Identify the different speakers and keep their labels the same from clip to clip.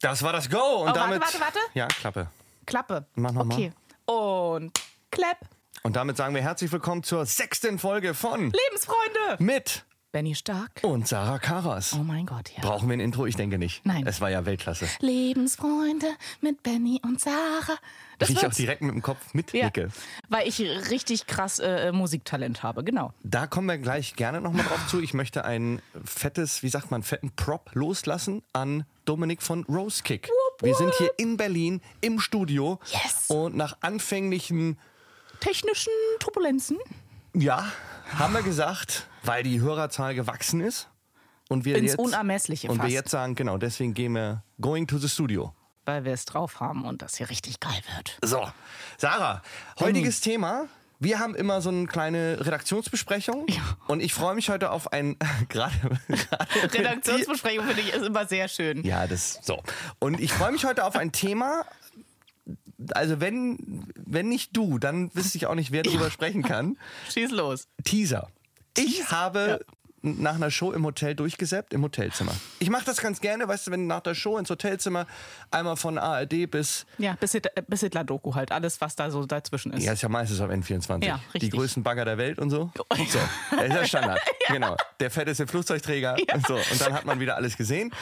Speaker 1: Das war das Go. Und
Speaker 2: Oh, warte,
Speaker 1: damit.
Speaker 2: warte, warte.
Speaker 1: Ja, Klappe.
Speaker 2: Klappe.
Speaker 1: Mach noch mal.
Speaker 2: okay. Und Clap.
Speaker 1: Und damit sagen wir herzlich willkommen zur sechsten Folge von
Speaker 2: Lebensfreunde.
Speaker 1: Mit
Speaker 2: Benny Stark.
Speaker 1: und Sarah Karas.
Speaker 2: Oh mein Gott, ja.
Speaker 1: Brauchen wir ein Intro? Ich denke nicht.
Speaker 2: Nein.
Speaker 1: Es war ja Weltklasse.
Speaker 2: Lebensfreunde mit Benny und Sarah.
Speaker 1: Wie ich auch
Speaker 2: wird's.
Speaker 1: direkt mit dem Kopf
Speaker 2: ja,
Speaker 1: mitnicke.
Speaker 2: Weil ich richtig krass äh, Musiktalent habe, genau.
Speaker 1: Da kommen wir gleich gerne nochmal drauf zu. Ich möchte ein fettes, wie sagt man, fetten Prop loslassen an Dominik von Rosekick. Wir sind hier in Berlin im Studio.
Speaker 2: Yes.
Speaker 1: Und nach anfänglichen
Speaker 2: Technischen Turbulenzen.
Speaker 1: Ja, haben wir gesagt, weil die Hörerzahl gewachsen ist. Und wir
Speaker 2: Ins
Speaker 1: jetzt,
Speaker 2: Unermessliche
Speaker 1: Und wir
Speaker 2: fast.
Speaker 1: jetzt sagen, genau, deswegen gehen wir going to the studio.
Speaker 2: Weil wir es drauf haben und das hier richtig geil wird.
Speaker 1: So, Sarah, heutiges
Speaker 2: Ähm.
Speaker 1: Thema. Wir haben immer so eine kleine Redaktionsbesprechung.
Speaker 2: Ja.
Speaker 1: Und ich freue mich heute auf ein, gerade, gerade
Speaker 2: Redaktionsbesprechung finde ich ist immer sehr schön.
Speaker 1: Ja, das so. Und ich freue mich heute auf ein Thema. Also wenn, wenn nicht du, dann wüsste ich auch nicht, wer darüber sprechen kann.
Speaker 2: Schieß los.
Speaker 1: Teaser. Ich habe nach einer Show im Hotel durchgesäppt, im Hotelzimmer. Ich mache das ganz gerne, weißt du, wenn nach der Show ins Hotelzimmer einmal von ARD bis.
Speaker 2: Ja, bis, Hit bis Hitler-Doku halt. Alles, was da so dazwischen ist.
Speaker 1: Ja, ist ja meistens auf N24.
Speaker 2: Ja,
Speaker 1: Die
Speaker 2: richtig.
Speaker 1: größten Bagger der Welt und so. So, das ist ja Standard. Genau. Der fetteste Flugzeugträger und so. Und dann hat man wieder alles gesehen.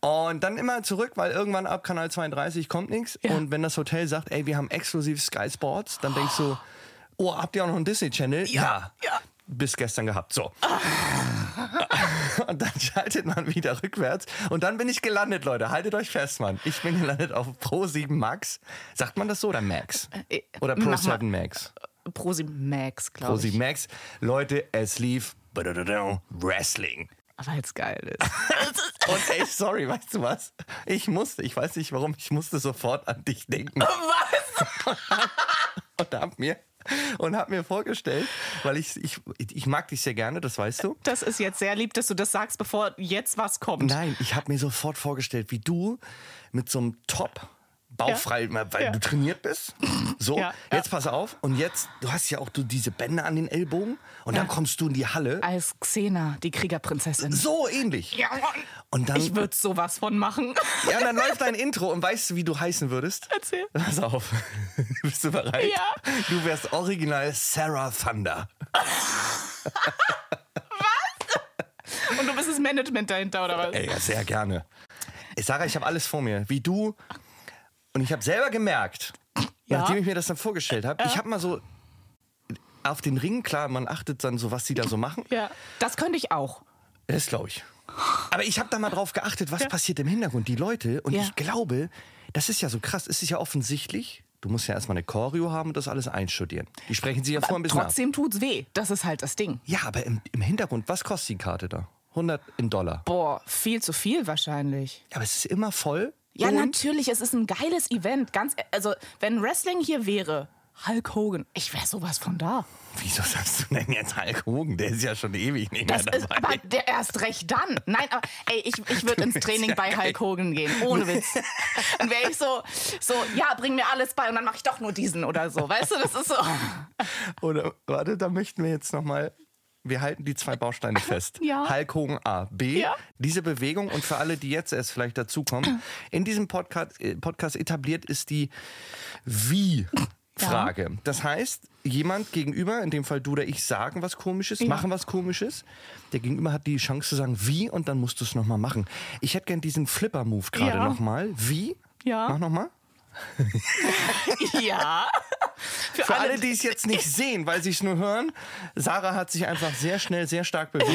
Speaker 1: Und dann immer zurück, weil irgendwann ab Kanal 32 kommt nichts. Und wenn das Hotel sagt, ey, wir haben exklusiv Sky Sports, dann denkst du, oh, habt ihr auch noch einen Disney Channel? Ja.
Speaker 2: ja.
Speaker 1: Bis gestern gehabt. So. Und dann schaltet man wieder rückwärts. Und dann bin ich gelandet, Leute. Haltet euch fest, Mann. Ich bin gelandet auf Pro 7 Max. Sagt man das so oder Max?
Speaker 2: Äh,
Speaker 1: Oder
Speaker 2: mach
Speaker 1: Pro
Speaker 2: mal.
Speaker 1: 7 Max?
Speaker 2: Prosi Max, glaube
Speaker 1: Pro
Speaker 2: ich.
Speaker 1: 7 Max. Leute, es lief badadadau, Wrestling.
Speaker 2: Weil es geil ist.
Speaker 1: Und ey, sorry, weißt du was? Ich musste, ich weiß nicht warum, ich musste sofort an dich denken.
Speaker 2: Was?
Speaker 1: Und hab mir, und hab mir vorgestellt, weil ich, ich, ich mag dich sehr gerne, das weißt du.
Speaker 2: Das ist jetzt sehr lieb, dass du das sagst, bevor jetzt was kommt.
Speaker 1: Nein, ich habe mir sofort vorgestellt, wie du mit so einem Top bauchfrei, weil
Speaker 2: Ja.
Speaker 1: du trainiert bist. So,
Speaker 2: Ja.
Speaker 1: jetzt pass auf. Und jetzt, du hast ja auch du diese Bänder an den Ellbogen und dann kommst du in die Halle.
Speaker 2: Als Xena, die Kriegerprinzessin.
Speaker 1: So ähnlich.
Speaker 2: Ja, Mann.
Speaker 1: Und dann,
Speaker 2: Ich würde sowas von machen.
Speaker 1: ja, dann läuft dein Intro und weißt du, wie du heißen würdest?
Speaker 2: Erzähl.
Speaker 1: Pass auf. Bist du bereit?
Speaker 2: Ja.
Speaker 1: Du wärst original Sarah Thunder.
Speaker 2: Und du bist das Management dahinter, oder was?
Speaker 1: Ey, ja, sehr gerne. Ich sage, ich habe alles vor mir, wie du. Und ich habe selber gemerkt,
Speaker 2: Ja.
Speaker 1: nachdem ich mir das dann vorgestellt habe, ich habe mal so auf den Ring, klar, man achtet dann so, was die da so machen.
Speaker 2: Ja. Das könnte ich auch.
Speaker 1: Das glaube ich. Aber ich habe da mal drauf geachtet, was passiert im Hintergrund, die Leute. Und
Speaker 2: Ja.
Speaker 1: ich glaube, das ist ja so krass, es ist ja offensichtlich. Du musst ja erstmal eine Choreo haben und das alles einstudieren. Die sprechen sich ja vorher ein bisschen ab.
Speaker 2: Trotzdem tut's weh. Das ist halt das Ding.
Speaker 1: Ja, aber im, im Hintergrund, was kostet die Karte da? 100 in Dollar.
Speaker 2: Boah, viel zu viel wahrscheinlich.
Speaker 1: Ja, aber es ist immer voll.
Speaker 2: Ja,
Speaker 1: und
Speaker 2: natürlich, es ist ein geiles Event. Ganz, also, wenn Wrestling hier wäre, Hulk Hogan, ich wäre sowas von da.
Speaker 1: Wieso sagst du denn jetzt Hulk Hogan? Der ist ja schon ewig nicht
Speaker 2: Das
Speaker 1: mehr
Speaker 2: ist
Speaker 1: dabei.
Speaker 2: aber der erst recht dann. Nein, aber ey, ich, ich würde ins
Speaker 1: bist
Speaker 2: Training
Speaker 1: ja
Speaker 2: bei
Speaker 1: geil.
Speaker 2: Hulk Hogan gehen, ohne Witz. Dann wäre ich so, so, ja, bring mir alles bei und dann mache ich doch nur diesen oder so. Weißt du, das ist so.
Speaker 1: Oder warte, da möchten wir jetzt nochmal. Wir halten die zwei Bausteine fest.
Speaker 2: Ja.
Speaker 1: Hulk Hogan A. B.
Speaker 2: Ja.
Speaker 1: Diese Bewegung und für alle, die jetzt erst vielleicht dazukommen, in diesem Podcast, äh, Podcast etabliert ist die Wie-Frage. Das heißt, jemand gegenüber, in dem Fall du oder ich, sagen was Komisches, machen was Komisches. Der Gegenüber hat die Chance zu sagen, wie und dann musst du es nochmal machen. Ich hätte gern diesen Flipper-Move gerade
Speaker 2: Ja.
Speaker 1: nochmal. Wie?
Speaker 2: Ja.
Speaker 1: Mach nochmal.
Speaker 2: Ja. Für,
Speaker 1: Für alle, die es jetzt nicht sehen, weil sie es nur hören, Sarah hat sich einfach sehr schnell, sehr stark bewegt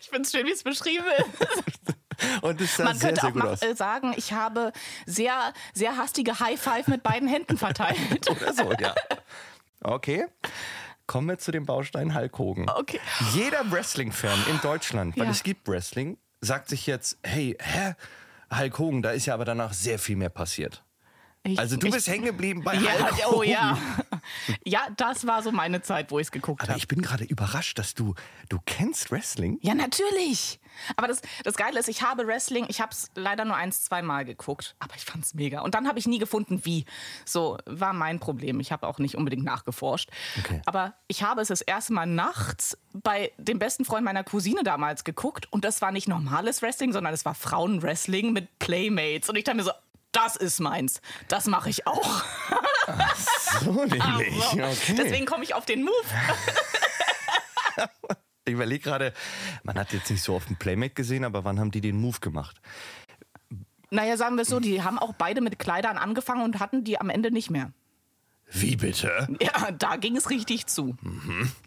Speaker 2: Ich finde es schön, wie es beschrieben ist.
Speaker 1: und es sah
Speaker 2: Man
Speaker 1: sehr,
Speaker 2: könnte
Speaker 1: sehr
Speaker 2: auch
Speaker 1: gut
Speaker 2: mal
Speaker 1: aus.
Speaker 2: äh, sagen, ich habe sehr, sehr hastige High Five mit beiden Händen verteilt.
Speaker 1: Oder so, ja. Okay. Kommen wir zu dem Baustein Hulk Hogan.
Speaker 2: Okay.
Speaker 1: Jeder Wrestling-Fan in Deutschland, weil
Speaker 2: Ja.
Speaker 1: es gibt Wrestling, sagt sich jetzt, hey, hä? Hulk Hogan, da ist ja aber danach sehr viel mehr passiert.
Speaker 2: Ich-
Speaker 1: Also du
Speaker 2: ich-
Speaker 1: bist hängen geblieben bei
Speaker 2: Ja,
Speaker 1: Hulk Hogan.
Speaker 2: oh ja. Ja, das war so meine Zeit, wo ich es geguckt
Speaker 1: Aber
Speaker 2: habe.
Speaker 1: ich bin gerade überrascht, dass du, du kennst Wrestling.
Speaker 2: Ja, natürlich. Aber das, das Geile ist, ich habe Wrestling, ich habe es leider nur eins, zweimal geguckt, aber ich fand's mega. Und dann habe ich nie gefunden, wie. So war mein Problem. Ich habe auch nicht unbedingt nachgeforscht.
Speaker 1: Okay.
Speaker 2: Aber ich habe es das erste Mal nachts bei dem besten Freund meiner Cousine damals geguckt. Und das war nicht normales Wrestling, sondern es war Frauenwrestling mit Playmates. Und ich dachte mir so, das ist meins. Das mache ich auch.
Speaker 1: So nämlich.
Speaker 2: So.
Speaker 1: Okay.
Speaker 2: Ah, Deswegen komme ich auf den Move.
Speaker 1: Ich überlege gerade, man hat jetzt nicht so oft einen Playmate gesehen, aber wann haben die den Move gemacht?
Speaker 2: Naja, sagen wir es so, die haben auch beide mit Kleidern angefangen und hatten die am Ende nicht mehr.
Speaker 1: Wie bitte?
Speaker 2: Ja, da ging es richtig zu.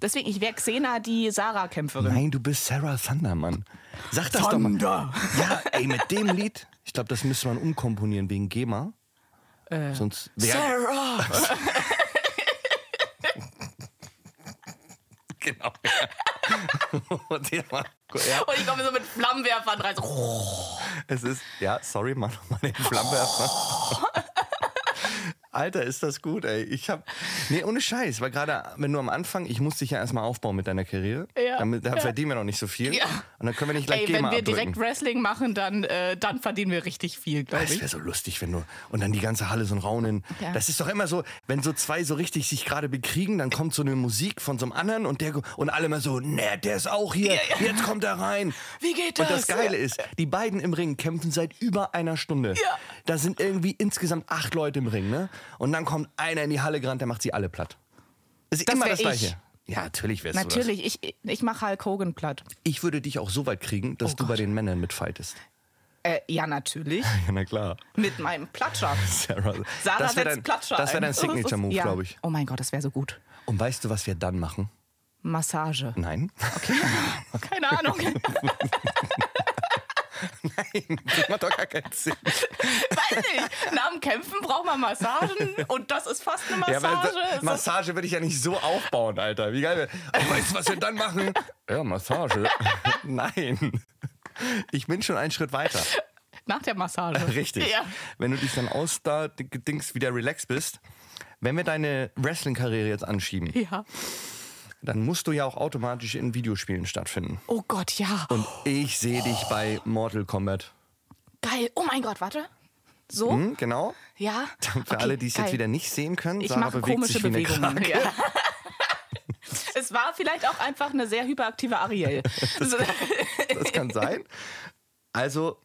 Speaker 2: Deswegen, ich wäre Xena, die Sarah-Kämpferin.
Speaker 1: Nein, du bist Sarah Thundermann. Sag das
Speaker 2: Thunder.
Speaker 1: doch mal. Ja, ey, mit dem Lied. Ich glaube, das müsste man umkomponieren wegen GEMA. Sonst wär,
Speaker 2: Sarah!
Speaker 1: Genau. Und ja, Mann, gut, ja,
Speaker 2: Und ich komme so mit Flammenwerfern rein. So.
Speaker 1: es ist. Ja, sorry, mach nochmal den Flammenwerfer. Alter, ist das gut, ey. Ich hab. Nee, ohne Scheiß, weil gerade, wenn du am Anfang, ich muss dich ja erstmal aufbauen mit deiner Karriere.
Speaker 2: Ja.
Speaker 1: Damit, da
Speaker 2: Ja.
Speaker 1: verdienen wir noch nicht so viel.
Speaker 2: Ja.
Speaker 1: Und dann können wir nicht gleich
Speaker 2: Ey, wenn wir
Speaker 1: GEMA abdrücken.
Speaker 2: direkt Wrestling machen, dann, äh, dann verdienen wir richtig viel, glaube
Speaker 1: Das
Speaker 2: ich.
Speaker 1: wäre so lustig, wenn du. Und dann die ganze Halle so ein Raunen.
Speaker 2: Ja.
Speaker 1: Das ist doch immer so, wenn so zwei so richtig sich gerade bekriegen, dann kommt so eine Musik von so einem anderen und der und alle immer so, ne, der ist auch hier, jetzt kommt er rein.
Speaker 2: Wie geht
Speaker 1: Und das
Speaker 2: das?
Speaker 1: Geile ist, die beiden im Ring kämpfen seit über einer Stunde.
Speaker 2: Ja.
Speaker 1: Da sind irgendwie insgesamt acht Leute im Ring, ne? Und dann kommt einer in die Halle gerannt, der macht sie alle platt. Das ist
Speaker 2: Das
Speaker 1: immer
Speaker 2: wär
Speaker 1: das Gleiche.
Speaker 2: ich.
Speaker 1: Ja, natürlich wärst du das.
Speaker 2: Natürlich, ich, ich mache Hulk Hogan platt.
Speaker 1: Ich würde dich auch so weit kriegen, dass du bei den Männern mitfightest.
Speaker 2: Äh, ja, natürlich.
Speaker 1: Ja, na klar.
Speaker 2: Mit meinem Platscher.
Speaker 1: Sarah,
Speaker 2: Sarah
Speaker 1: das wäre
Speaker 2: setzt
Speaker 1: dein,
Speaker 2: Platscher
Speaker 1: das wär
Speaker 2: ein.
Speaker 1: dein Signature-Move,
Speaker 2: Ja.
Speaker 1: glaube ich.
Speaker 2: Oh mein Gott, das wäre so gut.
Speaker 1: Und weißt du, was wir dann machen?
Speaker 2: Massage.
Speaker 1: Nein. Hm.
Speaker 2: Keine Ahnung.
Speaker 1: Nein, das macht doch gar keinen Sinn.
Speaker 2: Weiß nicht. Nach dem Kämpfen braucht man Massagen und das ist fast eine
Speaker 1: Ja, aber
Speaker 2: Massage.
Speaker 1: da-
Speaker 2: So-
Speaker 1: Massage würde ich ja nicht so aufbauen, Alter. Wie geil. wär- Aber weißt du, was wir dann machen? Ja, Massage. Nein. Ich bin schon einen Schritt weiter.
Speaker 2: Nach der Massage.
Speaker 1: Richtig.
Speaker 2: Ja.
Speaker 1: Wenn du dich dann aus da Dings wieder relaxed bist, wenn wir deine Wrestling-Karriere jetzt anschieben,
Speaker 2: ja.
Speaker 1: dann musst du ja auch automatisch in Videospielen stattfinden.
Speaker 2: Oh Gott, ja.
Speaker 1: Und ich sehe dich bei Mortal Kombat.
Speaker 2: Geil. Oh mein Gott, warte. So?
Speaker 1: Hm, genau.
Speaker 2: Ja.
Speaker 1: Für
Speaker 2: Okay,
Speaker 1: alle, die es jetzt
Speaker 2: geil.
Speaker 1: wieder nicht sehen können,
Speaker 2: Ich
Speaker 1: Sarah
Speaker 2: mache
Speaker 1: bewegt
Speaker 2: komische
Speaker 1: sich wie eine
Speaker 2: Bewegungen.
Speaker 1: Krake.
Speaker 2: Ja. es war vielleicht auch einfach eine sehr hyperaktive Ariel. So-
Speaker 1: Das kann sein. Also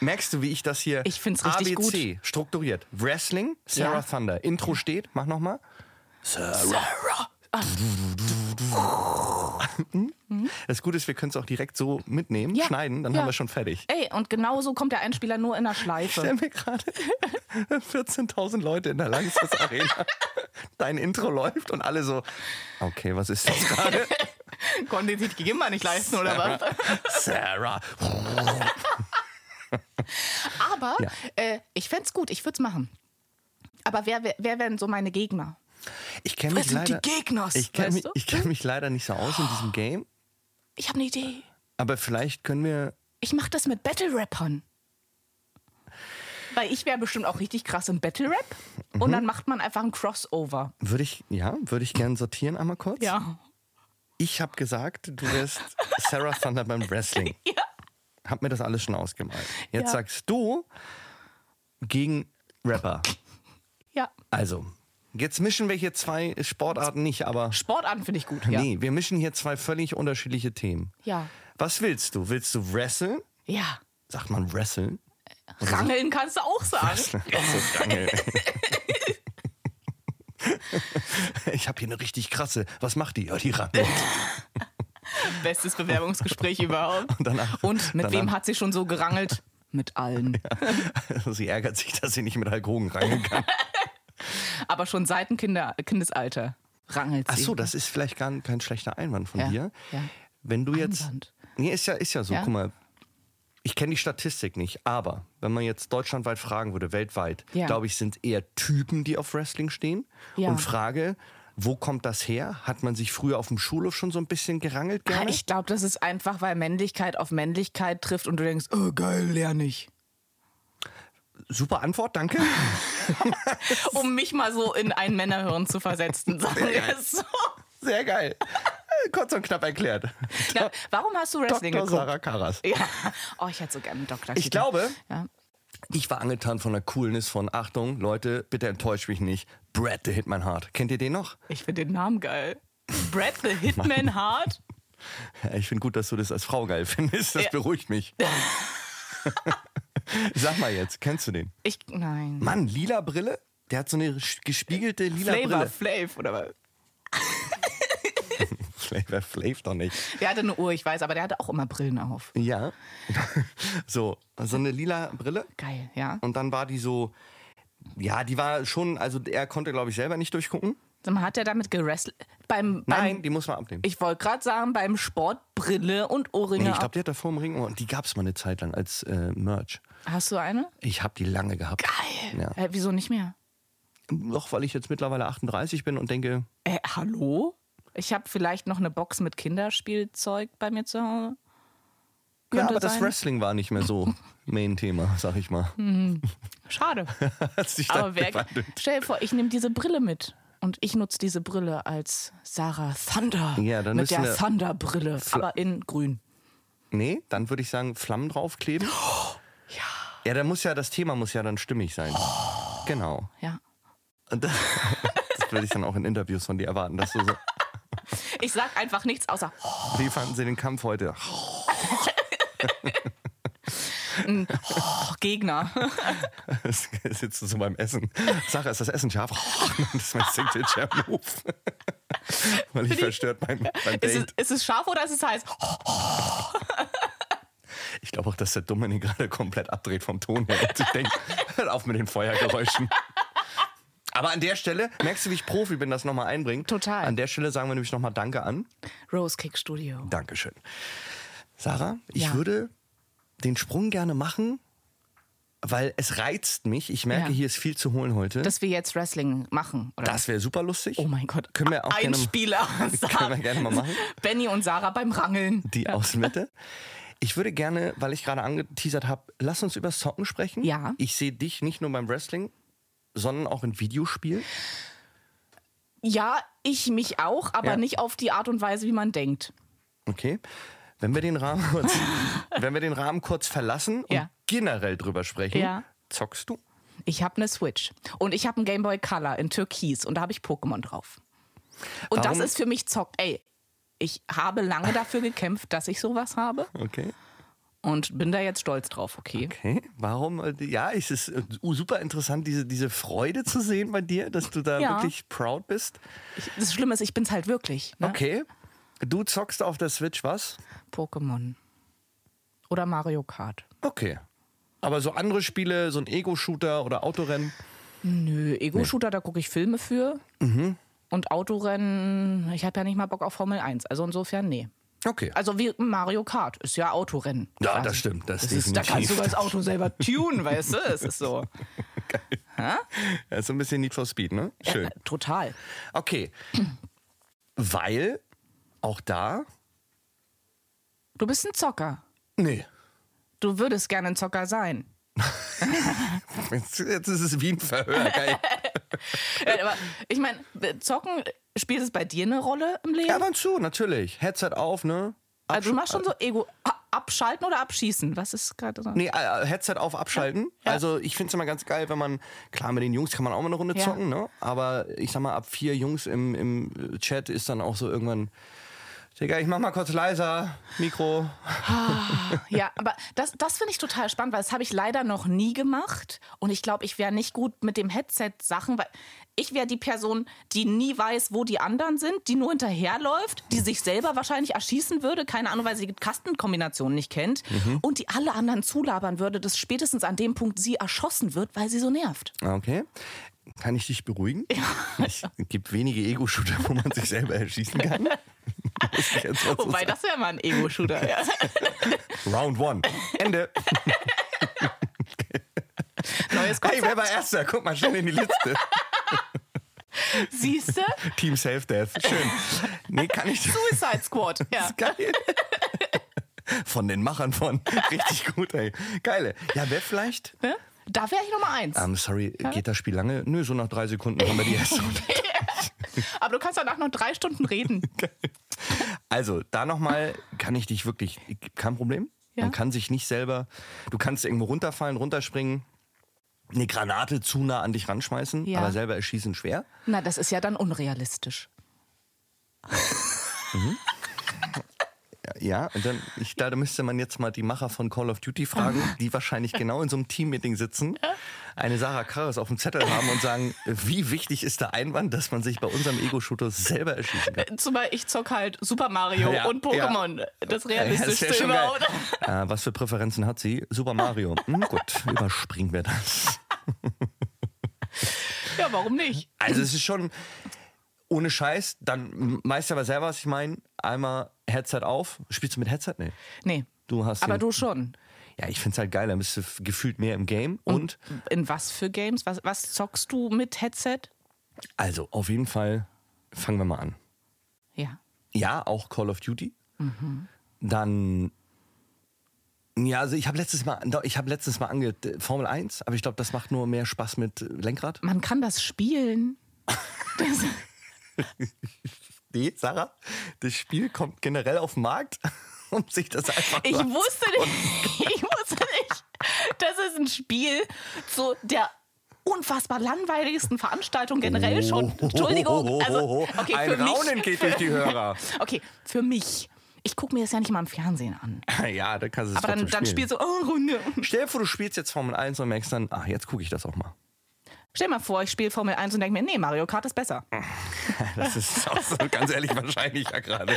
Speaker 1: merkst du, wie ich das hier
Speaker 2: Ich find's richtig
Speaker 1: ABC strukturiert. Wrestling, Sarah
Speaker 2: Ja.
Speaker 1: Thunder. Intro steht, mach nochmal.
Speaker 2: Sarah.
Speaker 1: Das Gute ist, wir können es auch direkt so mitnehmen,
Speaker 2: Mhm. Ja.
Speaker 1: schneiden, dann
Speaker 2: Ja.
Speaker 1: haben wir schon fertig.
Speaker 2: Ey, und genauso kommt der Einspieler nur in der
Speaker 1: Ich stell
Speaker 2: Schleife.
Speaker 1: mir gerade 14.000 Leute in der Langsess Arena. Dein Intro läuft und alle so, okay, was ist das gerade?
Speaker 2: Konnte den sich gegeben mal nicht leisten, oder was?
Speaker 1: Sarah.
Speaker 2: Aber
Speaker 1: Ja.
Speaker 2: äh, ich fänd's gut, ich würd's machen. Aber wer, wer, wer wären so meine Gegner?
Speaker 1: Ich kenne
Speaker 2: Wer
Speaker 1: mich
Speaker 2: sind die
Speaker 1: leider,
Speaker 2: Gegners,
Speaker 1: ich kenn
Speaker 2: weißt
Speaker 1: mich,
Speaker 2: du? Oh.
Speaker 1: ich kenn mich leider nicht so aus in diesem Game,
Speaker 2: Ich habe eine Idee.
Speaker 1: aber vielleicht können wir
Speaker 2: Ich mache das mit Battle-Rappern. Weil ich wäre bestimmt auch richtig krass im Battle-Rap.
Speaker 1: Mhm.
Speaker 2: Und dann macht man einfach ein Crossover.
Speaker 1: Würde ich, ja, würde ich gerne sortieren einmal kurz.
Speaker 2: Ja.
Speaker 1: Ich habe gesagt, du wärst Sarah Thunder beim Wrestling.
Speaker 2: Ja.
Speaker 1: Hab mir das alles schon ausgemalt. Jetzt
Speaker 2: Ja.
Speaker 1: sagst du gegen Rapper.
Speaker 2: Ja.
Speaker 1: Also, jetzt mischen wir hier zwei Sportarten nicht, aber
Speaker 2: Sportarten finde ich gut. Ja.
Speaker 1: nee, wir mischen hier zwei völlig unterschiedliche Themen.
Speaker 2: Ja.
Speaker 1: Was willst du? Willst du wresteln?
Speaker 2: Ja.
Speaker 1: Sagt man wresteln?
Speaker 2: Rangeln kannst du auch sagen.
Speaker 1: So Dangel. Ich habe hier eine richtig krasse. Was macht die? Ja, die rappelt.
Speaker 2: Bestes Bewerbungsgespräch überhaupt. Und,
Speaker 1: danach-
Speaker 2: mit
Speaker 1: danach-
Speaker 2: wem hat sie schon so gerangelt? Mit allen.
Speaker 1: Sie ärgert sich, dass sie nicht mit Alkohol reingehen kann.
Speaker 2: Aber schon seit dem Kinder Kindesalter rangelt sie.
Speaker 1: Ach so, das ist vielleicht gar kein schlechter Einwand von
Speaker 2: Ja,
Speaker 1: dir.
Speaker 2: ja.
Speaker 1: Wenn du jetzt.
Speaker 2: Einwand.
Speaker 1: Nee, ist ja, ist ja so.
Speaker 2: Ja.
Speaker 1: Guck mal, ich kenne die Statistik nicht, aber wenn man jetzt deutschlandweit fragen würde, weltweit,
Speaker 2: Ja.
Speaker 1: glaube ich, sind eher Typen, die auf Wrestling stehen.
Speaker 2: Ja.
Speaker 1: Und Frage, wo kommt das her? Hat man sich früher auf dem Schulhof schon so ein bisschen gerangelt
Speaker 2: Ah,
Speaker 1: gerne?
Speaker 2: Ich glaube, das ist einfach, weil Männlichkeit auf Männlichkeit trifft und du denkst, oh geil, lerne ich.
Speaker 1: Super Antwort, danke.
Speaker 2: um mich mal so in ein Männerhirn zu versetzen, sagen
Speaker 1: Sehr
Speaker 2: wir
Speaker 1: geil.
Speaker 2: es so.
Speaker 1: Sehr geil. Äh, Kurz und knapp erklärt.
Speaker 2: Na, warum hast du Wrestling
Speaker 1: Dr.
Speaker 2: geguckt?
Speaker 1: Sarah Karas.
Speaker 2: Ja. Oh, ich hätte so gerne einen Doktor.
Speaker 1: Ich glaube,
Speaker 2: Ja.
Speaker 1: ich war angetan von der Coolness von Achtung, Leute, bitte enttäuscht mich nicht. Brad the Hitman Hart. Kennt ihr den noch?
Speaker 2: Ich finde den Namen geil. Brad the Hitman Hart.
Speaker 1: Äh, Ich finde gut, dass du das als Frau geil findest. Das
Speaker 2: Ja.
Speaker 1: beruhigt mich. Sag mal jetzt, kennst du den?
Speaker 2: Ich, nein.
Speaker 1: Mann, lila Brille? Der hat so eine sch- gespiegelte lila
Speaker 2: Flavor
Speaker 1: Brille.
Speaker 2: Flav oder was?
Speaker 1: Flavor Flav doch nicht.
Speaker 2: Der hatte eine Uhr, ich weiß, aber der hatte auch immer Brillen auf.
Speaker 1: Ja. So, so eine lila Brille.
Speaker 2: Geil, ja.
Speaker 1: Und dann war die so, ja, die war schon, also er konnte, glaube ich, selber nicht durchgucken.
Speaker 2: Sag mal, hat der damit gerestelt? Beim, beim,
Speaker 1: Nein, die muss man abnehmen.
Speaker 2: Ich wollte gerade sagen, beim Sport Brille und Ohrringe.
Speaker 1: Nee, ich
Speaker 2: ab-
Speaker 1: glaube, die hat da vor dem Ring und die gab es mal eine Zeit lang als äh, Merch.
Speaker 2: Hast du eine?
Speaker 1: Ich habe die lange gehabt.
Speaker 2: Geil.
Speaker 1: Ja.
Speaker 2: Äh, wieso nicht mehr?
Speaker 1: Doch, weil ich jetzt mittlerweile 38 bin und denke,
Speaker 2: Äh, hallo? Ich habe vielleicht noch eine Box mit Kinderspielzeug bei mir zu
Speaker 1: ja,
Speaker 2: Hause. Könnte
Speaker 1: aber das
Speaker 2: sein.
Speaker 1: Wrestling war nicht mehr so Main-Thema, sag ich mal.
Speaker 2: Schade.
Speaker 1: Hat sich dann
Speaker 2: Aber wer,
Speaker 1: gewandelt.
Speaker 2: stell dir vor, ich nehme diese Brille mit. Und ich nutze diese Brille als Sarah Thunder.
Speaker 1: Ja, dann
Speaker 2: mit
Speaker 1: müssen
Speaker 2: der
Speaker 1: wir-
Speaker 2: Thunder-Brille, aber in grün.
Speaker 1: Nee, dann würde ich sagen, Flammen draufkleben. ja.
Speaker 2: Oh,
Speaker 1: Ja, dann muss ja, das Thema muss ja dann stimmig sein.
Speaker 2: Oh.
Speaker 1: Genau.
Speaker 2: Ja.
Speaker 1: Und das, das würde ich dann auch in Interviews von dir erwarten, dass du so.
Speaker 2: Ich sag einfach nichts außer
Speaker 1: Wie fanden Sie den Kampf heute?
Speaker 2: oh, Gegner.
Speaker 1: Sitzt du so beim Essen? Sache, ist das Essen scharf? Das ist mein Signature Move. Weil ich verstört beim, beim
Speaker 2: Ist es,
Speaker 1: Date.
Speaker 2: ist es scharf oder ist es heiß?
Speaker 1: Ich glaube auch, dass der Dominik gerade komplett abdreht vom Ton her. Und ich denke, hört auf mit den Feuergeräuschen. Aber an der Stelle, merkst du, wie ich Profi bin, das nochmal einbringen?
Speaker 2: Total.
Speaker 1: An der Stelle sagen wir nämlich nochmal Danke an.
Speaker 2: Rose Kick Studio.
Speaker 1: Dankeschön. Sarah, ich
Speaker 2: Ja.
Speaker 1: würde den Sprung gerne machen, weil es reizt mich. Ich merke,
Speaker 2: Ja.
Speaker 1: hier ist viel zu holen heute.
Speaker 2: Dass wir jetzt Wrestling machen, oder?
Speaker 1: Das wäre super lustig.
Speaker 2: Oh mein Gott.
Speaker 1: Können wir auch
Speaker 2: Ein
Speaker 1: gerne-
Speaker 2: Spieler.
Speaker 1: Können wir gerne mal machen.
Speaker 2: Benny und Sarah beim Rangeln.
Speaker 1: Die Außenmitte. Ich würde gerne, weil ich gerade angeteasert habe, lass uns über Socken sprechen.
Speaker 2: Ja.
Speaker 1: Ich sehe dich nicht nur beim Wrestling, sondern auch in Videospielen.
Speaker 2: Ja, ich mich auch, aber
Speaker 1: Ja.
Speaker 2: nicht auf die Art und Weise, wie man denkt.
Speaker 1: Okay. Wenn wir den Rahmen kurz, wenn wir den Rahmen kurz verlassen und
Speaker 2: Ja.
Speaker 1: generell drüber sprechen,
Speaker 2: Ja.
Speaker 1: zockst du?
Speaker 2: Ich habe eine Switch und ich habe einen Game Boy Color in Türkis und da habe ich Pokémon drauf. Und
Speaker 1: Warum-
Speaker 2: das ist für mich Zock. Ey, ich habe lange dafür gekämpft, dass ich sowas habe
Speaker 1: Okay.
Speaker 2: und bin da jetzt stolz drauf, okay?
Speaker 1: Okay. Warum? äh, Ja, es ist äh, super interessant, diese, diese Freude zu sehen bei dir, dass du da
Speaker 2: Ja.
Speaker 1: wirklich proud bist.
Speaker 2: Ich, das Schlimme ist, ich bin's halt wirklich. Ne?
Speaker 1: Okay. Du zockst auf der Switch was?
Speaker 2: Pokémon. Oder Mario Kart.
Speaker 1: Okay. Aber so andere Spiele, so ein Ego-Shooter oder Autorennen.
Speaker 2: Nö, Ego-Shooter, da gucke ich Filme für.
Speaker 1: Mhm.
Speaker 2: Und Autorennen, ich habe ja nicht mal Bock auf Formel 1. Also insofern, nee.
Speaker 1: Okay.
Speaker 2: Also wie Mario Kart ist ja Autorennen.
Speaker 1: Ja, das stimmt, das
Speaker 2: ist, da
Speaker 1: definitiv.
Speaker 2: kannst du das Auto selber tunen, weißt du? Es ist so.
Speaker 1: Ja, ist so ein bisschen Need for Speed, ne? Schön.
Speaker 2: Äh, total.
Speaker 1: Okay. Weil auch da.
Speaker 2: Du bist ein Zocker.
Speaker 1: Nee.
Speaker 2: Du würdest gerne ein Zocker sein.
Speaker 1: Jetzt, jetzt ist es wie ein Verhör. Geil.
Speaker 2: Äh, Aber ich meine, äh, Zocken, äh, spielt es bei dir eine Rolle im Leben?
Speaker 1: Ja, aber zu, natürlich. Headset auf, ne? Absch-
Speaker 2: also du machst schon so Ego. a- Abschalten oder abschießen? Was ist gerade so?
Speaker 1: Nee, äh, Headset auf, abschalten.
Speaker 2: Ja.
Speaker 1: Also ich finde es immer ganz geil, wenn man, klar, mit den Jungs kann man auch mal eine Runde
Speaker 2: Ja.
Speaker 1: zocken, ne? Aber ich sag mal, ab vier Jungs im, im Chat ist dann auch so irgendwann, Digga, ich mach mal kurz leiser, Mikro.
Speaker 2: Ja, aber das, das finde ich total spannend, weil das habe ich leider noch nie gemacht. Und ich glaube, ich wäre nicht gut mit dem Headset-Sachen, weil ich wäre die Person, die nie weiß, wo die anderen sind, die nur hinterherläuft, die sich selber wahrscheinlich erschießen würde, keine Ahnung, weil sie die Kastenkombination nicht kennt und die alle anderen zulabern würde, dass spätestens an dem Punkt sie erschossen wird, weil sie so nervt.
Speaker 1: Ah, Okay. Kann ich dich beruhigen? Es gibt wenige Ego-Shooter, wo man sich selber erschießen kann. Muss ich jetzt mal so
Speaker 2: Wobei, das wäre mal ein Ego-Shooter. Ja.
Speaker 1: sagen. Round one. Ende.
Speaker 2: Neues
Speaker 1: Hey,
Speaker 2: Konzept.
Speaker 1: wer war Erster? Guck mal schnell in die Liste.
Speaker 2: Siehst du?
Speaker 1: Team Self-Death. Schön. Nee, kann ich.
Speaker 2: Suicide Squad. Ja.
Speaker 1: Geil. Von den Machern von. Richtig gut, ey. Geile. Ja, wäre vielleicht.
Speaker 2: Da wäre ich Nummer eins.
Speaker 1: Ähm, sorry, geht das Spiel lange? Nö, so nach drei Sekunden haben wir die erste Runde.
Speaker 2: Aber du kannst danach noch drei Stunden reden.
Speaker 1: Also, da nochmal kann ich dich wirklich, kein Problem.
Speaker 2: Ja.
Speaker 1: Man kann sich nicht selber, du kannst irgendwo runterfallen, runterspringen, eine Granate zu nah an dich ranschmeißen,
Speaker 2: Ja.
Speaker 1: aber selber erschießen schwer.
Speaker 2: Na, das ist ja dann unrealistisch.
Speaker 1: Ja, und dann, ich, da müsste man jetzt mal die Macher von Call of Duty fragen, die wahrscheinlich genau in so einem Team-Meeting sitzen, eine Sarah Karras auf dem Zettel haben und sagen, wie wichtig ist der Einwand, dass man sich bei unserem Ego-Shooter selber erschießen kann.
Speaker 2: Zumal ich zock halt Super Mario
Speaker 1: Ja,
Speaker 2: und Pokémon. Das
Speaker 1: Ja, das wär
Speaker 2: realistischste
Speaker 1: schon geil.
Speaker 2: überhaupt.
Speaker 1: Äh, was für Präferenzen hat sie? Super Mario. Hm, gut, überspringen wir das.
Speaker 2: Ja, warum nicht?
Speaker 1: Also es ist schon ohne Scheiß, dann weißt du aber selber, was ich meine. Einmal Headset auf. Spielst du mit Headset? Nee.
Speaker 2: Nee.
Speaker 1: Du hast
Speaker 2: Aber
Speaker 1: den-
Speaker 2: du schon.
Speaker 1: Ja, ich find's halt geil, dann bist du f- gefühlt mehr im Game. Und
Speaker 2: In was für Games? Was, was zockst du mit Headset?
Speaker 1: also auf jeden Fall fangen wir mal an.
Speaker 2: Ja.
Speaker 1: Ja, auch Call of Duty.
Speaker 2: Mhm.
Speaker 1: Dann ja, also ich habe letztes Mal ich habe letztes Mal ange Formel 1, aber ich glaube, das macht nur mehr Spaß mit äh, Lenkrad.
Speaker 2: Man kann das spielen. Das,
Speaker 1: Nee, Sarah, das Spiel kommt generell auf den Markt und sich das einfach
Speaker 2: ich
Speaker 1: nur-
Speaker 2: wusste nicht, ich wusste nicht, das ist ein Spiel zu der unfassbar langweiligsten Veranstaltung generell schon. Entschuldigung. Also, okay,
Speaker 1: Oh. Ein
Speaker 2: für mich,
Speaker 1: Raunen geht durch die Hörer.
Speaker 2: Okay, für mich. Ich gucke mir das ja nicht mal im Fernsehen an.
Speaker 1: ja, dann kannst du es
Speaker 2: Aber dann,
Speaker 1: trotzdem
Speaker 2: dann
Speaker 1: spielen.
Speaker 2: spielst du, oh, Runde.
Speaker 1: Stell dir vor, du spielst jetzt Formel 1 und merkst dann, ach, jetzt gucke ich das auch mal.
Speaker 2: Stell mal vor, ich spiele Formel 1 und denke mir, nee, Mario Kart ist besser.
Speaker 1: Das ist auch so ganz ehrlich wahrscheinlich ja gerade.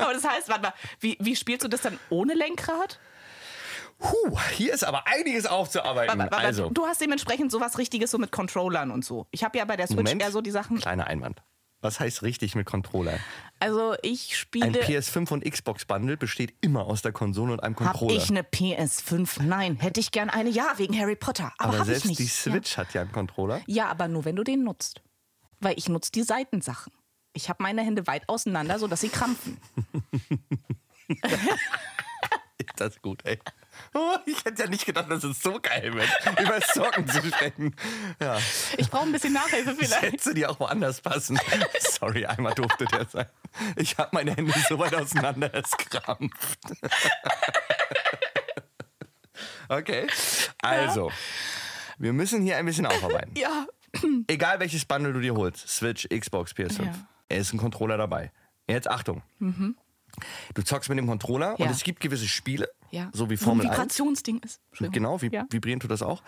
Speaker 2: Aber das heißt, warte mal, wie, wie spielst du das dann ohne Lenkrad?
Speaker 1: Puh, hier ist aber einiges aufzuarbeiten.
Speaker 2: Aber- aber
Speaker 1: also,
Speaker 2: du hast dementsprechend sowas Richtiges so mit Controllern und so. Ich habe ja bei der Switch
Speaker 1: Moment,
Speaker 2: eher so die Sachen.
Speaker 1: kleiner Einwand. Was heißt richtig mit Controller?
Speaker 2: Also ich
Speaker 1: Ein
Speaker 2: spiele.
Speaker 1: PS5 und Xbox Bundle besteht immer aus der Konsole und einem
Speaker 2: Hab
Speaker 1: Controller.
Speaker 2: ich eine PS5? Nein, hätte ich gern eine. Ja, wegen Harry Potter. Aber,
Speaker 1: aber
Speaker 2: hab ich
Speaker 1: selbst
Speaker 2: nicht.
Speaker 1: die Switch hat ja einen Controller.
Speaker 2: Ja. ja, aber nur wenn du den nutzt. Weil ich nutze die Seitensachen. Ich habe meine Hände weit auseinander, sodass sie krampfen.
Speaker 1: Das ist gut, ey. Oh, ich hätte ja nicht gedacht, dass es so geil wird, über Socken zu sprechen. Ja,
Speaker 2: Ich brauche ein bisschen Nachhilfe
Speaker 1: das
Speaker 2: vielleicht.
Speaker 1: hätte dir auch woanders passen. Sorry, einmal durfte der sein. Ich habe meine Hände so weit auseinander, es krampft. Okay, also, wir müssen hier ein bisschen aufarbeiten.
Speaker 2: Ja.
Speaker 1: Egal welches Bundle du dir holst, Switch, Xbox, PS5,
Speaker 2: Ja. Mhm.
Speaker 1: er ist ein Controller dabei. Jetzt Achtung. Du zockst mit dem Controller und
Speaker 2: Ja.
Speaker 1: es gibt gewisse Spiele,
Speaker 2: ja.
Speaker 1: so wie
Speaker 2: So
Speaker 1: Formel
Speaker 2: ein
Speaker 1: 1.
Speaker 2: Vibrationsding ist. Entschuldigung.
Speaker 1: Genau, vib
Speaker 2: Ja. Mhm.
Speaker 1: vibrieren tut das auch.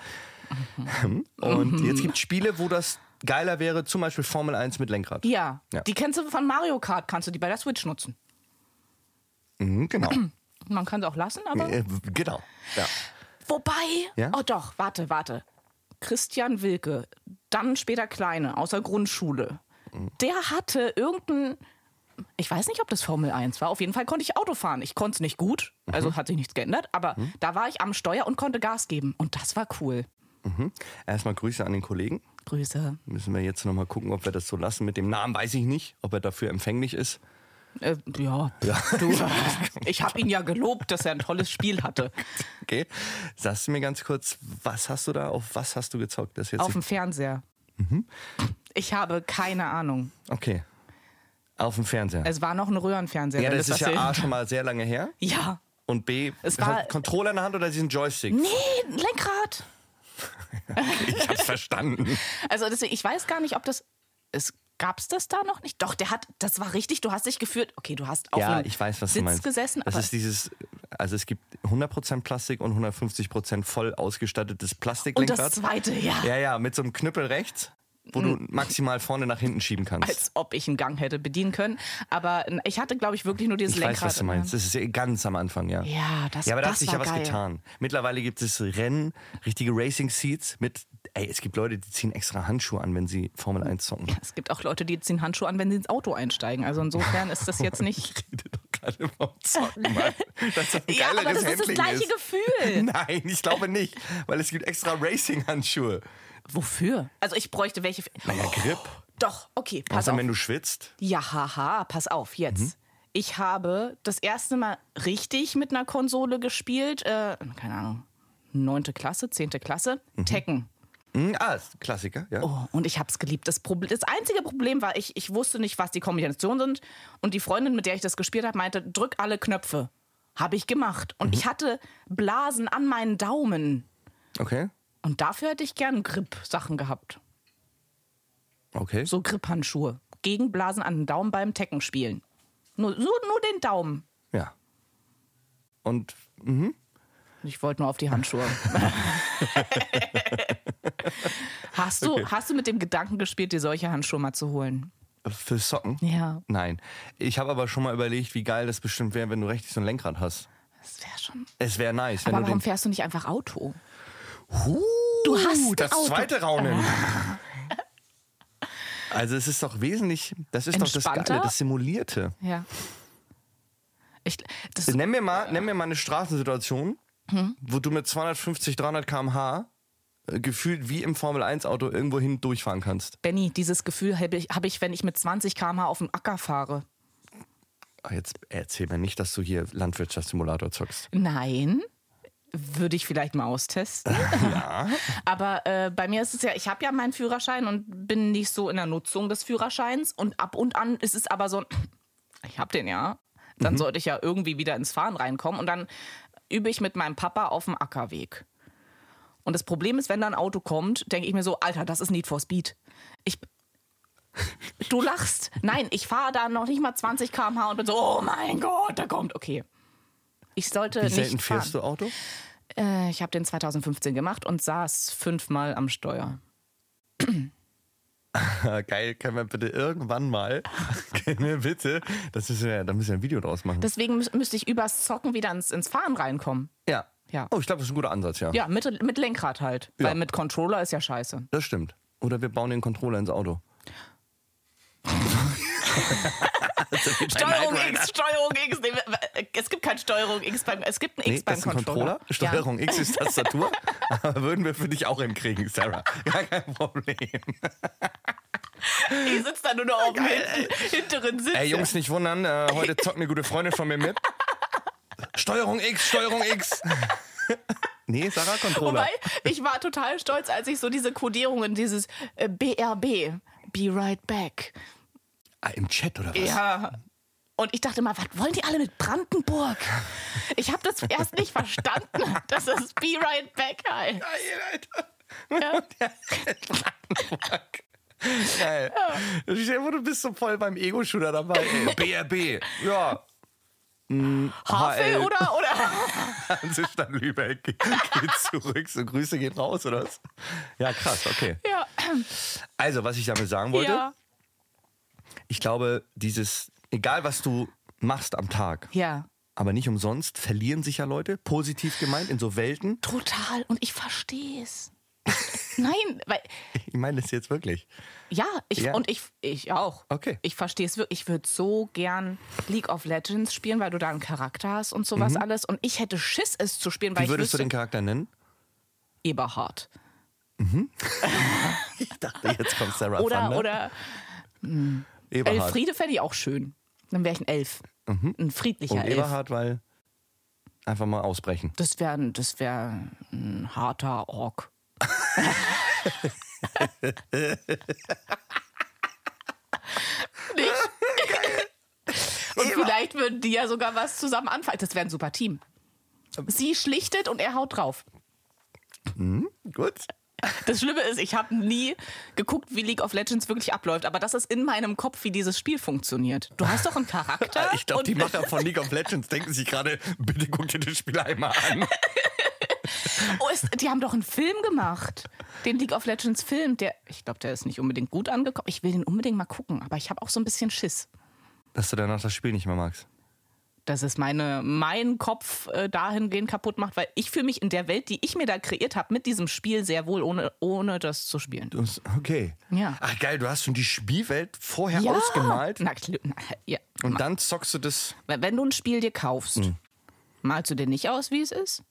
Speaker 1: Und jetzt gibt es Spiele, wo das geiler wäre, zum Beispiel Formel 1 mit Lenkrad.
Speaker 2: Ja.
Speaker 1: Ja.
Speaker 2: Die kennst du von Mario Kart, kannst du die bei der Switch nutzen.
Speaker 1: Mhm, genau.
Speaker 2: Man kann sie auch lassen, aber.
Speaker 1: Äh, genau. Ja.
Speaker 2: Wobei,
Speaker 1: Ja?
Speaker 2: oh doch, warte, warte. Christian Wilke, dann später Kleine, aus der Grundschule. Der hatte irgendein, ich weiß nicht, ob das Formel 1 war, auf jeden Fall konnte ich Auto fahren. Ich konnte es nicht gut,
Speaker 1: Mhm.
Speaker 2: also hat sich nichts geändert, aber da war ich am Steuer und konnte Gas geben. Und das war cool.
Speaker 1: Erstmal Grüße an den Kollegen.
Speaker 2: Grüße.
Speaker 1: Müssen wir jetzt nochmal gucken, ob wir das so lassen. Mit dem Namen weiß ich nicht, ob er dafür empfänglich ist.
Speaker 2: Äh, ja, du, ich habe ihn ja gelobt, dass er ein tolles Spiel hatte.
Speaker 1: Okay. Sagst du mir ganz kurz, was hast du da, auf was hast du gezockt? Das ist jetzt
Speaker 2: Auf dem Fernseher.
Speaker 1: Mhm.
Speaker 2: Ich habe keine Ahnung.
Speaker 1: okay. Auf dem Fernseher.
Speaker 2: Es war noch ein Röhrenfernseher.
Speaker 1: ja,
Speaker 2: wenn
Speaker 1: das ist
Speaker 2: was
Speaker 1: ja A
Speaker 2: hilft.
Speaker 1: schon mal sehr lange her.
Speaker 2: Ja,
Speaker 1: Und B,
Speaker 2: Es war-
Speaker 1: Controller in der Hand oder diesen Joystick?
Speaker 2: Nee, ein Lenkrad.
Speaker 1: Ich hab's verstanden.
Speaker 2: Also deswegen, ich weiß gar nicht, ob das. Es gab's das da noch nicht? Doch, der hat, das war richtig, du hast dich geführt. Okay, du hast auf
Speaker 1: Ja,
Speaker 2: einem
Speaker 1: ich weiß, was
Speaker 2: Sitz
Speaker 1: du meinst.
Speaker 2: gesessen,
Speaker 1: das
Speaker 2: aber
Speaker 1: ist dieses, also es gibt 100% Plastik und 150% voll ausgestattetes
Speaker 2: und das
Speaker 1: Plastiklenkrad.
Speaker 2: zweite, ja.
Speaker 1: Ja, ja, mit so einem Knüppel rechts, wo du maximal vorne nach hinten schieben kannst.
Speaker 2: Als ob ich einen Gang hätte bedienen können. Aber ich hatte, glaube ich, wirklich nur dieses
Speaker 1: ich
Speaker 2: Lenkrad.
Speaker 1: weiß, was du
Speaker 2: in der
Speaker 1: meinst.
Speaker 2: Hand.
Speaker 1: Das ist ja ganz am Anfang, ja.
Speaker 2: Ja, das-
Speaker 1: Ja, aber da
Speaker 2: das
Speaker 1: hat sich
Speaker 2: war
Speaker 1: ja was
Speaker 2: geil.
Speaker 1: getan. Mittlerweile gibt es Rennen, richtige Racing Seats mit. Ey, es gibt Leute, die ziehen extra Handschuhe an, wenn sie Formel 1 zocken.
Speaker 2: Ja, es gibt auch Leute, die ziehen Handschuhe an, wenn sie ins Auto einsteigen. Also insofern ist das jetzt nicht.
Speaker 1: Ich rede doch gerade vom Zocken, Mann. Das ist ein
Speaker 2: ja, aber das
Speaker 1: geileres
Speaker 2: ist das
Speaker 1: Handling
Speaker 2: gleiche Gefühl.
Speaker 1: Nein, ich glaube nicht, weil es gibt extra Racing-Handschuhe.
Speaker 2: Wofür? Also ich bräuchte welche.
Speaker 1: Naja, Grip.
Speaker 2: Doch, okay, Oh, pass
Speaker 1: Also
Speaker 2: auf.
Speaker 1: wenn du Mhm. schwitzt.
Speaker 2: Ja, haha, pass auf, jetzt. Ich habe das erste Mal richtig mit einer Konsole gespielt, äh, keine Ahnung, neunte Klasse, zehnte Klasse,
Speaker 1: Mhm.
Speaker 2: Tekken.
Speaker 1: Hm, ah, ist ein Klassiker, ja.
Speaker 2: Oh, und ich hab's geliebt. Das, Problem, das einzige Problem war, ich, ich wusste nicht, was die Kombinationen sind. Und die Freundin, mit der ich das gespielt habe, meinte, drück alle Knöpfe. Habe ich gemacht.
Speaker 1: Mhm.
Speaker 2: Und ich hatte Blasen an meinen Daumen.
Speaker 1: Okay.
Speaker 2: Und dafür hätte ich gern Grip-Sachen gehabt.
Speaker 1: Okay.
Speaker 2: So Grip-Handschuhe. Gegen Blasen an den Daumen beim Tekken spielen. Nur, nur, nur den Daumen.
Speaker 1: Ja. Und mhm.
Speaker 2: Ich wollte nur auf die Handschuhe. hast, du, hast du mit dem Gedanken gespielt, dir solche Handschuhe mal zu holen?
Speaker 1: für Socken?
Speaker 2: Ja.
Speaker 1: Nein. Ich habe aber schon mal überlegt, wie geil das bestimmt wäre, wenn du richtig so ein Lenkrad hast.
Speaker 2: Das wäre schon.
Speaker 1: Es wäre nice, wenn
Speaker 2: Aber
Speaker 1: du
Speaker 2: warum fährst du nicht einfach Auto?
Speaker 1: den. Huh,
Speaker 2: Du hast ein
Speaker 1: das
Speaker 2: Auto.
Speaker 1: zweite Raunen. Also es ist doch wesentlich, das ist doch das
Speaker 2: Entspannter?
Speaker 1: Geile, das Simulierte.
Speaker 2: Ja. Ich, das,
Speaker 1: Nenn mir mal, nenn mir mal eine Straßensituation,
Speaker 2: Hm?
Speaker 1: wo du mit 250, 300 km/h äh, gefühlt wie im Formel-1-Auto irgendwo hin durchfahren kannst.
Speaker 2: Benny, dieses Gefühl habe ich, hab ich, wenn ich mit 20 km/h auf dem Acker fahre.
Speaker 1: Ah, Jetzt erzähl mir nicht, dass du hier Landwirtschaftssimulator zockst.
Speaker 2: Äh, Nein. Würde ich vielleicht mal austesten. Aber äh, bei mir ist es ja, ich habe ja meinen Führerschein und bin nicht so in der Nutzung des Führerscheins. Und ab und an ist es aber so, ein ich habe den ja.
Speaker 1: Mhm.
Speaker 2: Dann sollte ich ja irgendwie wieder ins Fahren reinkommen. Und dann übe ich mit meinem Papa auf dem Ackerweg. Und das Problem ist, wenn da ein Auto kommt, denke ich mir so, Alter, das ist Need for Speed. Ich. Du lachst. Nein, ich fahre da noch nicht mal 20 km/h und bin so, oh mein Gott, da kommt. Okay. Ich sollte
Speaker 1: Wie selten
Speaker 2: nicht fahren.
Speaker 1: fährst du Auto?
Speaker 2: Äh, ich habe den 2015 gemacht und saß fünfmal am Steuer.
Speaker 1: Ah, Geil, können wir bitte irgendwann mal, können wir bitte, das müssen wir, ja- da müssen wir ein Video draus machen.
Speaker 2: Deswegen müß- müsste ich übers Zocken wieder ins, ins Fahren reinkommen.
Speaker 1: ja.
Speaker 2: Ja.
Speaker 1: Oh, ich glaube, das ist ein guter Ansatz, ja.
Speaker 2: Ja, mit, mit Lenkrad halt.
Speaker 1: Ja.
Speaker 2: Weil mit Controller ist ja scheiße.
Speaker 1: Das stimmt. Oder wir bauen den Controller ins Auto.
Speaker 2: Steuerung X, Steuerung X. Nee, äh, es gibt kein Steuerung X beim Es gibt ein X
Speaker 1: Nee,
Speaker 2: beim
Speaker 1: das ist ein
Speaker 2: Controller.
Speaker 1: Controller. Steuerung X ist Tastatur. Aber würden wir für dich auch hinkriegen, Sarah. Gar kein Problem.
Speaker 2: Ja. Ich sitze da nur noch auf dem hinten- hinteren Sitz.
Speaker 1: Ey, Jungs, nicht wundern, äh, heute zockt eine gute Freundin von mir mit. Steuerung X, Steuerung X. nee, Sarah, Controller.
Speaker 2: Wobei, ich war total stolz, als ich so diese Codierungen, dieses äh, BRB, Be Right Back.
Speaker 1: Ah, Im Chat oder was?
Speaker 2: Ja. Und ich dachte mal, was wollen die alle mit Brandenburg? Ich habe das erst nicht verstanden, dass es Be Right Back heißt.
Speaker 1: Geil, Alter.
Speaker 2: Ja.
Speaker 1: Geil. Stell dir vor, du bist so voll beim Ego-Shooter dabei. Ey, BRB. Ja.
Speaker 2: Havel
Speaker 1: HL.
Speaker 2: oder, oder?
Speaker 1: Hansestadt Lübeck. Geht zurück. So Grüße gehen raus, oder was? Ja, krass, okay.
Speaker 2: Ja.
Speaker 1: Also, was ich damit sagen wollte,
Speaker 2: Ja.
Speaker 1: ich glaube, dieses, egal was du machst am Tag,
Speaker 2: ja.
Speaker 1: aber nicht umsonst, verlieren sich ja Leute, positiv gemeint, in so Welten.
Speaker 2: Total. Und ich verstehe es. Nein, weil,
Speaker 1: Ich meine das jetzt wirklich.
Speaker 2: ja, ich,
Speaker 1: Ja.
Speaker 2: und ich, ich auch.
Speaker 1: Okay.
Speaker 2: Ich verstehe es wirklich. Ich würde so gern League of Legends spielen, weil du da einen Charakter hast und sowas alles. Und ich hätte Schiss, es zu spielen, weil
Speaker 1: Mhm. Wie würdest
Speaker 2: ich
Speaker 1: du
Speaker 2: wüsste,
Speaker 1: den Charakter nennen?
Speaker 2: Eberhard.
Speaker 1: Ich dachte, jetzt kommt Sarah
Speaker 2: Oder,
Speaker 1: Thunder.
Speaker 2: oder
Speaker 1: Eberhard.
Speaker 2: Elfriede fände ich auch schön. Dann wäre ich ein Elf. Ein friedlicher
Speaker 1: Mhm. Und
Speaker 2: Elf.
Speaker 1: Um Eberhard, weil einfach mal ausbrechen.
Speaker 2: Das wäre ein, das wär ein harter Ork. Nicht? Und vielleicht würden die ja sogar was zusammen anfangen. Das wäre ein super Team. Sie schlichtet und er haut drauf.
Speaker 1: Gut.
Speaker 2: Das Schlimme ist, ich habe nie geguckt, wie League of Legends wirklich abläuft, aber das ist in meinem Kopf, wie dieses Spiel funktioniert. Du hast doch einen Charakter.
Speaker 1: Ah, Ich glaube,
Speaker 2: und-
Speaker 1: die Macher von League of Legends denken sich gerade, bitte guck dir das Spiel einmal an.
Speaker 2: Oh, ist, die haben doch einen Film gemacht. Den League of Legends Film, der, ich glaube, der ist nicht unbedingt gut angekommen. Ich will den unbedingt mal gucken, aber ich habe auch so ein bisschen Schiss.
Speaker 1: Dass du danach das Spiel nicht mehr magst.
Speaker 2: Dass es meine, meinen Kopf äh, dahingehend kaputt macht, weil ich fühle mich in der Welt, die ich mir da kreiert habe, mit diesem Spiel sehr wohl, ohne, ohne das zu spielen.
Speaker 1: Du hast- Okay.
Speaker 2: Ja.
Speaker 1: Ach geil, du hast schon die Spielwelt vorher ausgemalt
Speaker 2: Na, kl- na, ja.
Speaker 1: und dann zockst du das.
Speaker 2: Wenn wenn du ein Spiel dir kaufst,
Speaker 1: Hm.
Speaker 2: malst du dir nicht aus, wie es ist?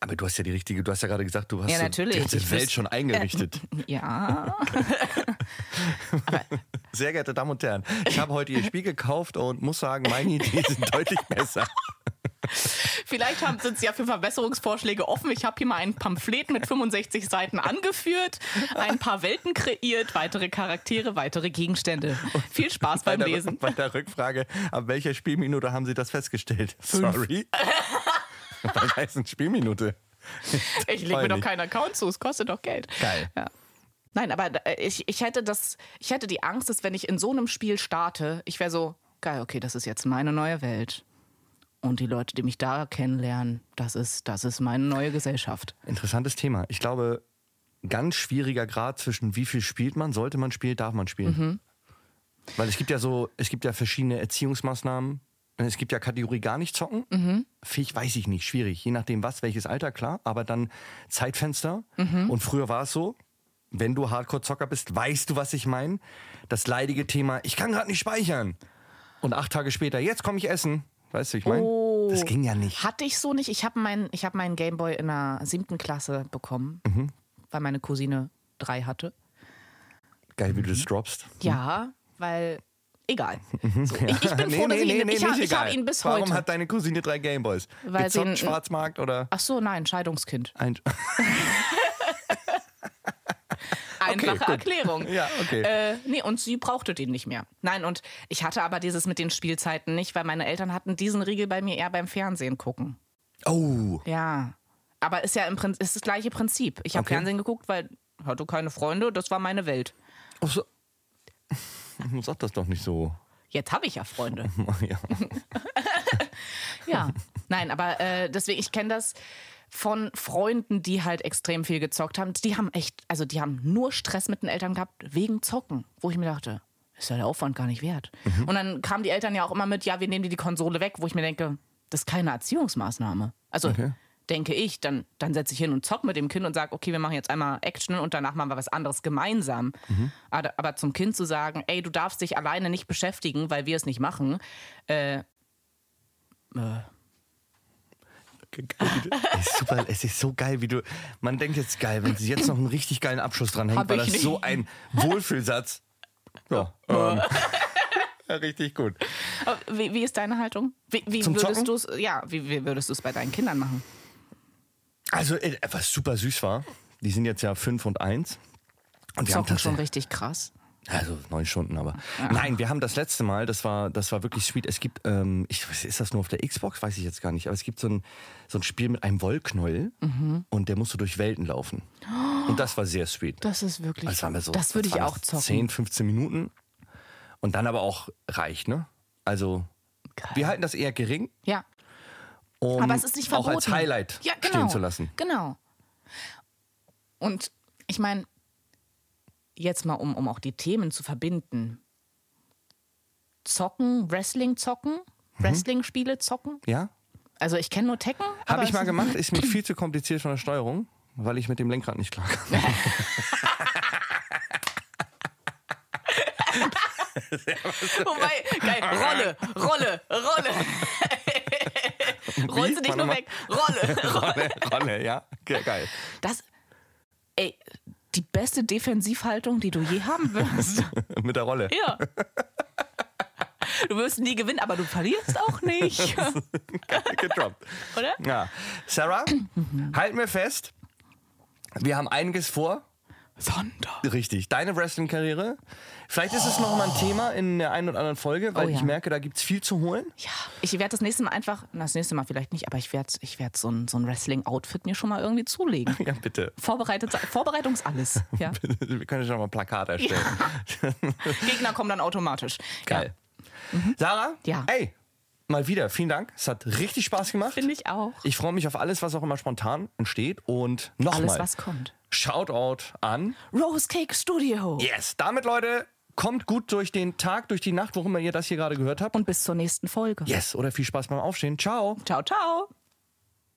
Speaker 1: Aber du hast ja die richtige, du hast ja gerade gesagt, du hast
Speaker 2: Ja,
Speaker 1: so
Speaker 2: natürlich.
Speaker 1: die ganze
Speaker 2: Ich
Speaker 1: Welt
Speaker 2: wüs-
Speaker 1: schon eingerichtet.
Speaker 2: Ja.
Speaker 1: Sehr geehrte Damen und Herren, ich habe heute ihr Spiel gekauft und muss sagen, meine Ideen sind deutlich besser.
Speaker 2: Vielleicht haben, sind Sie ja für Verbesserungsvorschläge offen. Ich habe hier mal ein Pamphlet mit 65 Seiten angeführt, ein paar Welten kreiert, weitere Charaktere, weitere Gegenstände. Viel Spaß
Speaker 1: bei
Speaker 2: beim
Speaker 1: der,
Speaker 2: Lesen.
Speaker 1: Bei der Rückfrage, ab welcher Spielminute haben Sie das festgestellt? Sorry. Was heißt denn Spielminute?
Speaker 2: Ich lege mir
Speaker 1: Voll
Speaker 2: doch
Speaker 1: nicht.
Speaker 2: keinen Account zu, es kostet doch Geld.
Speaker 1: Geil.
Speaker 2: Ja. Nein, aber äh, ich, ich hätte das, ich hätte die Angst, dass wenn ich in so einem Spiel starte, ich wäre so, geil, okay, das ist jetzt meine neue Welt. Und die Leute, die mich da kennenlernen, das ist, das ist meine neue Gesellschaft.
Speaker 1: Interessantes Thema. Ich glaube, ganz schwieriger Grad zwischen wie viel spielt man, sollte man spielen, darf man spielen. Weil es gibt ja so, es gibt ja verschiedene Erziehungsmaßnahmen. Es gibt ja Kategorie gar nicht zocken. Fähig weiß ich nicht, schwierig. Je nachdem was, welches Alter, klar. Aber dann Zeitfenster. Und früher war es so, wenn du Hardcore-Zocker bist, weißt du, was ich meine. Das leidige Thema, ich kann gerade nicht speichern. Und acht Tage später, jetzt komme ich essen. Weißt du, ich meine?
Speaker 2: Oh.
Speaker 1: Das ging ja nicht.
Speaker 2: Hatte ich so nicht. Ich habe meinen ich hab meinen Gameboy in der siebten Klasse bekommen,
Speaker 1: Mhm.
Speaker 2: weil meine Cousine drei hatte.
Speaker 1: Geil, wie du das droppst.
Speaker 2: Ja, weil. Egal. So, ich, ich bin
Speaker 1: Mhm. Nee,
Speaker 2: froh, dass
Speaker 1: nee,
Speaker 2: ich
Speaker 1: nee,
Speaker 2: ihn.
Speaker 1: nee,
Speaker 2: ich habe
Speaker 1: nicht
Speaker 2: hab
Speaker 1: egal.
Speaker 2: ihn bis
Speaker 1: Warum
Speaker 2: heute.
Speaker 1: hat deine Cousine drei Gameboys?
Speaker 2: Weil sie
Speaker 1: Gezockt,
Speaker 2: ein-
Speaker 1: Schwarzmarkt oder
Speaker 2: Ach so, nein, Scheidungskind.
Speaker 1: ein.
Speaker 2: Einfache
Speaker 1: gut.
Speaker 2: Erklärung.
Speaker 1: Ja, okay.
Speaker 2: Äh, nee, und sie brauchte den nicht mehr. Nein, und ich hatte aber dieses mit den Spielzeiten nicht, weil meine Eltern hatten diesen Riegel bei mir eher beim Fernsehen gucken.
Speaker 1: Oh,
Speaker 2: Ja. Aber ist ja im Prinzip ist das gleiche Prinzip. Ich habe
Speaker 1: Okay.
Speaker 2: Fernsehen geguckt, weil hatte keine Freunde, das war meine Welt.
Speaker 1: oh so. sag das doch nicht so.
Speaker 2: Jetzt habe ich ja Freunde.
Speaker 1: Ja.
Speaker 2: Ja. Nein, aber äh, deswegen, ich kenne das von Freunden, die halt extrem viel gezockt haben. Die haben echt, also die haben nur Stress mit den Eltern gehabt wegen Zocken, wo ich mir dachte, ist ja der Aufwand gar nicht wert. Und dann kamen die Eltern ja auch immer mit, ja, wir nehmen dir die Konsole weg, wo ich mir denke, das ist keine Erziehungsmaßnahme. Also denke ich, dann, dann setze ich hin und zock mit dem Kind und sage, okay, wir machen jetzt einmal Action und danach machen wir was anderes gemeinsam. Aber, aber zum Kind zu sagen, ey, du darfst dich alleine nicht beschäftigen, weil wir es nicht machen,
Speaker 1: ist super, es ist so geil, wie du. Man denkt jetzt geil, wenn sie jetzt noch einen richtig geilen Abschluss dran hängt,
Speaker 2: Hab
Speaker 1: weil
Speaker 2: ich
Speaker 1: das
Speaker 2: nicht. Oh.
Speaker 1: so ein Wohlfühlsatz. Ja. Ähm. ja, richtig gut.
Speaker 2: Aber Wie, wie ist deine Haltung? Wie, wie
Speaker 1: Zum
Speaker 2: würdest
Speaker 1: Zocken?
Speaker 2: du es ja, wie, wie würdest du es bei deinen Kindern machen?
Speaker 1: Also, äh, was super süß war, die sind jetzt ja fünf und eins. Und wir haben
Speaker 2: Zocken schon
Speaker 1: tatsächlich.
Speaker 2: richtig krass.
Speaker 1: Also neun Stunden, aber. Nein, wir haben das letzte Mal, das war, das war wirklich sweet. Es gibt, ähm, ich, weiß, ist das nur auf der Xbox? Weiß ich jetzt gar nicht, aber es gibt so ein, so ein Spiel mit einem Wollknäuel
Speaker 2: Mhm.
Speaker 1: und der musst du durch Welten laufen. Und das war sehr sweet.
Speaker 2: Das ist wirklich.
Speaker 1: Das, waren Also wir so,
Speaker 2: das würde ich
Speaker 1: waren
Speaker 2: auch zocken.
Speaker 1: 10, 15 Minuten. Und dann aber auch reich, ne? Also,
Speaker 2: Geil.
Speaker 1: wir halten das eher gering,
Speaker 2: Ja.
Speaker 1: um
Speaker 2: Aber es ist nicht verboten.
Speaker 1: auch als Highlight
Speaker 2: ja, genau,
Speaker 1: stehen zu lassen.
Speaker 2: Genau. Und ich meine, jetzt mal, um, um auch die Themen zu verbinden. Zocken, Wrestling zocken,
Speaker 1: Mhm.
Speaker 2: Wrestling-Spiele zocken.
Speaker 1: Ja?
Speaker 2: Also ich kenne nur Tekken. aber
Speaker 1: Habe ich
Speaker 2: es-
Speaker 1: mal gemacht, ist mir viel zu kompliziert von der Steuerung, weil ich mit dem Lenkrad nicht klar kam.
Speaker 2: Wobei, geil, Rolle, Rolle, Rolle. Rollst du dich
Speaker 1: Warte
Speaker 2: nur
Speaker 1: mal.
Speaker 2: weg. Rolle.
Speaker 1: Rolle, Rolle, ja? Ge- Geil.
Speaker 2: Das, ey, die beste Defensivhaltung, die du je haben wirst.
Speaker 1: Mit der Rolle.
Speaker 2: ja. Du wirst nie gewinnen, aber du verlierst auch nicht,
Speaker 1: gedroppt.
Speaker 2: oder?
Speaker 1: Ja. Sarah, halten wir fest. Wir haben einiges vor.
Speaker 2: Sonder.
Speaker 1: Richtig. Deine Wrestling-Karriere. Vielleicht ist es nochmal ein Thema in der einen oder anderen Folge, weil
Speaker 2: Oh ja.
Speaker 1: ich merke, da gibt es viel zu holen.
Speaker 2: Ja, ich werde das nächste Mal einfach, na, das nächste Mal vielleicht nicht, aber ich werde ich werd so ein, so ein Wrestling-Outfit mir schon mal irgendwie zulegen.
Speaker 1: Ja, bitte.
Speaker 2: Vorbereitet, Vorbereitungs alles. Ja.
Speaker 1: Wir können schon mal ein Plakat erstellen.
Speaker 2: Gegner kommen dann automatisch.
Speaker 1: Geil. Sarah?
Speaker 2: Mhm. Ja.
Speaker 1: Ey, mal wieder. Vielen Dank. Es hat richtig Spaß gemacht.
Speaker 2: Ja, Finde ich auch.
Speaker 1: Ich freue mich auf alles, was auch immer spontan entsteht. Und nochmal.
Speaker 2: Alles, was kommt.
Speaker 1: Shoutout an
Speaker 2: Rose Cake Studio.
Speaker 1: Yes, damit Leute, kommt gut durch den Tag, durch die Nacht, worum ihr das hier gerade gehört habt.
Speaker 2: Und bis zur nächsten Folge.
Speaker 1: Yes, oder viel Spaß beim Aufstehen. Ciao.
Speaker 2: Ciao, ciao.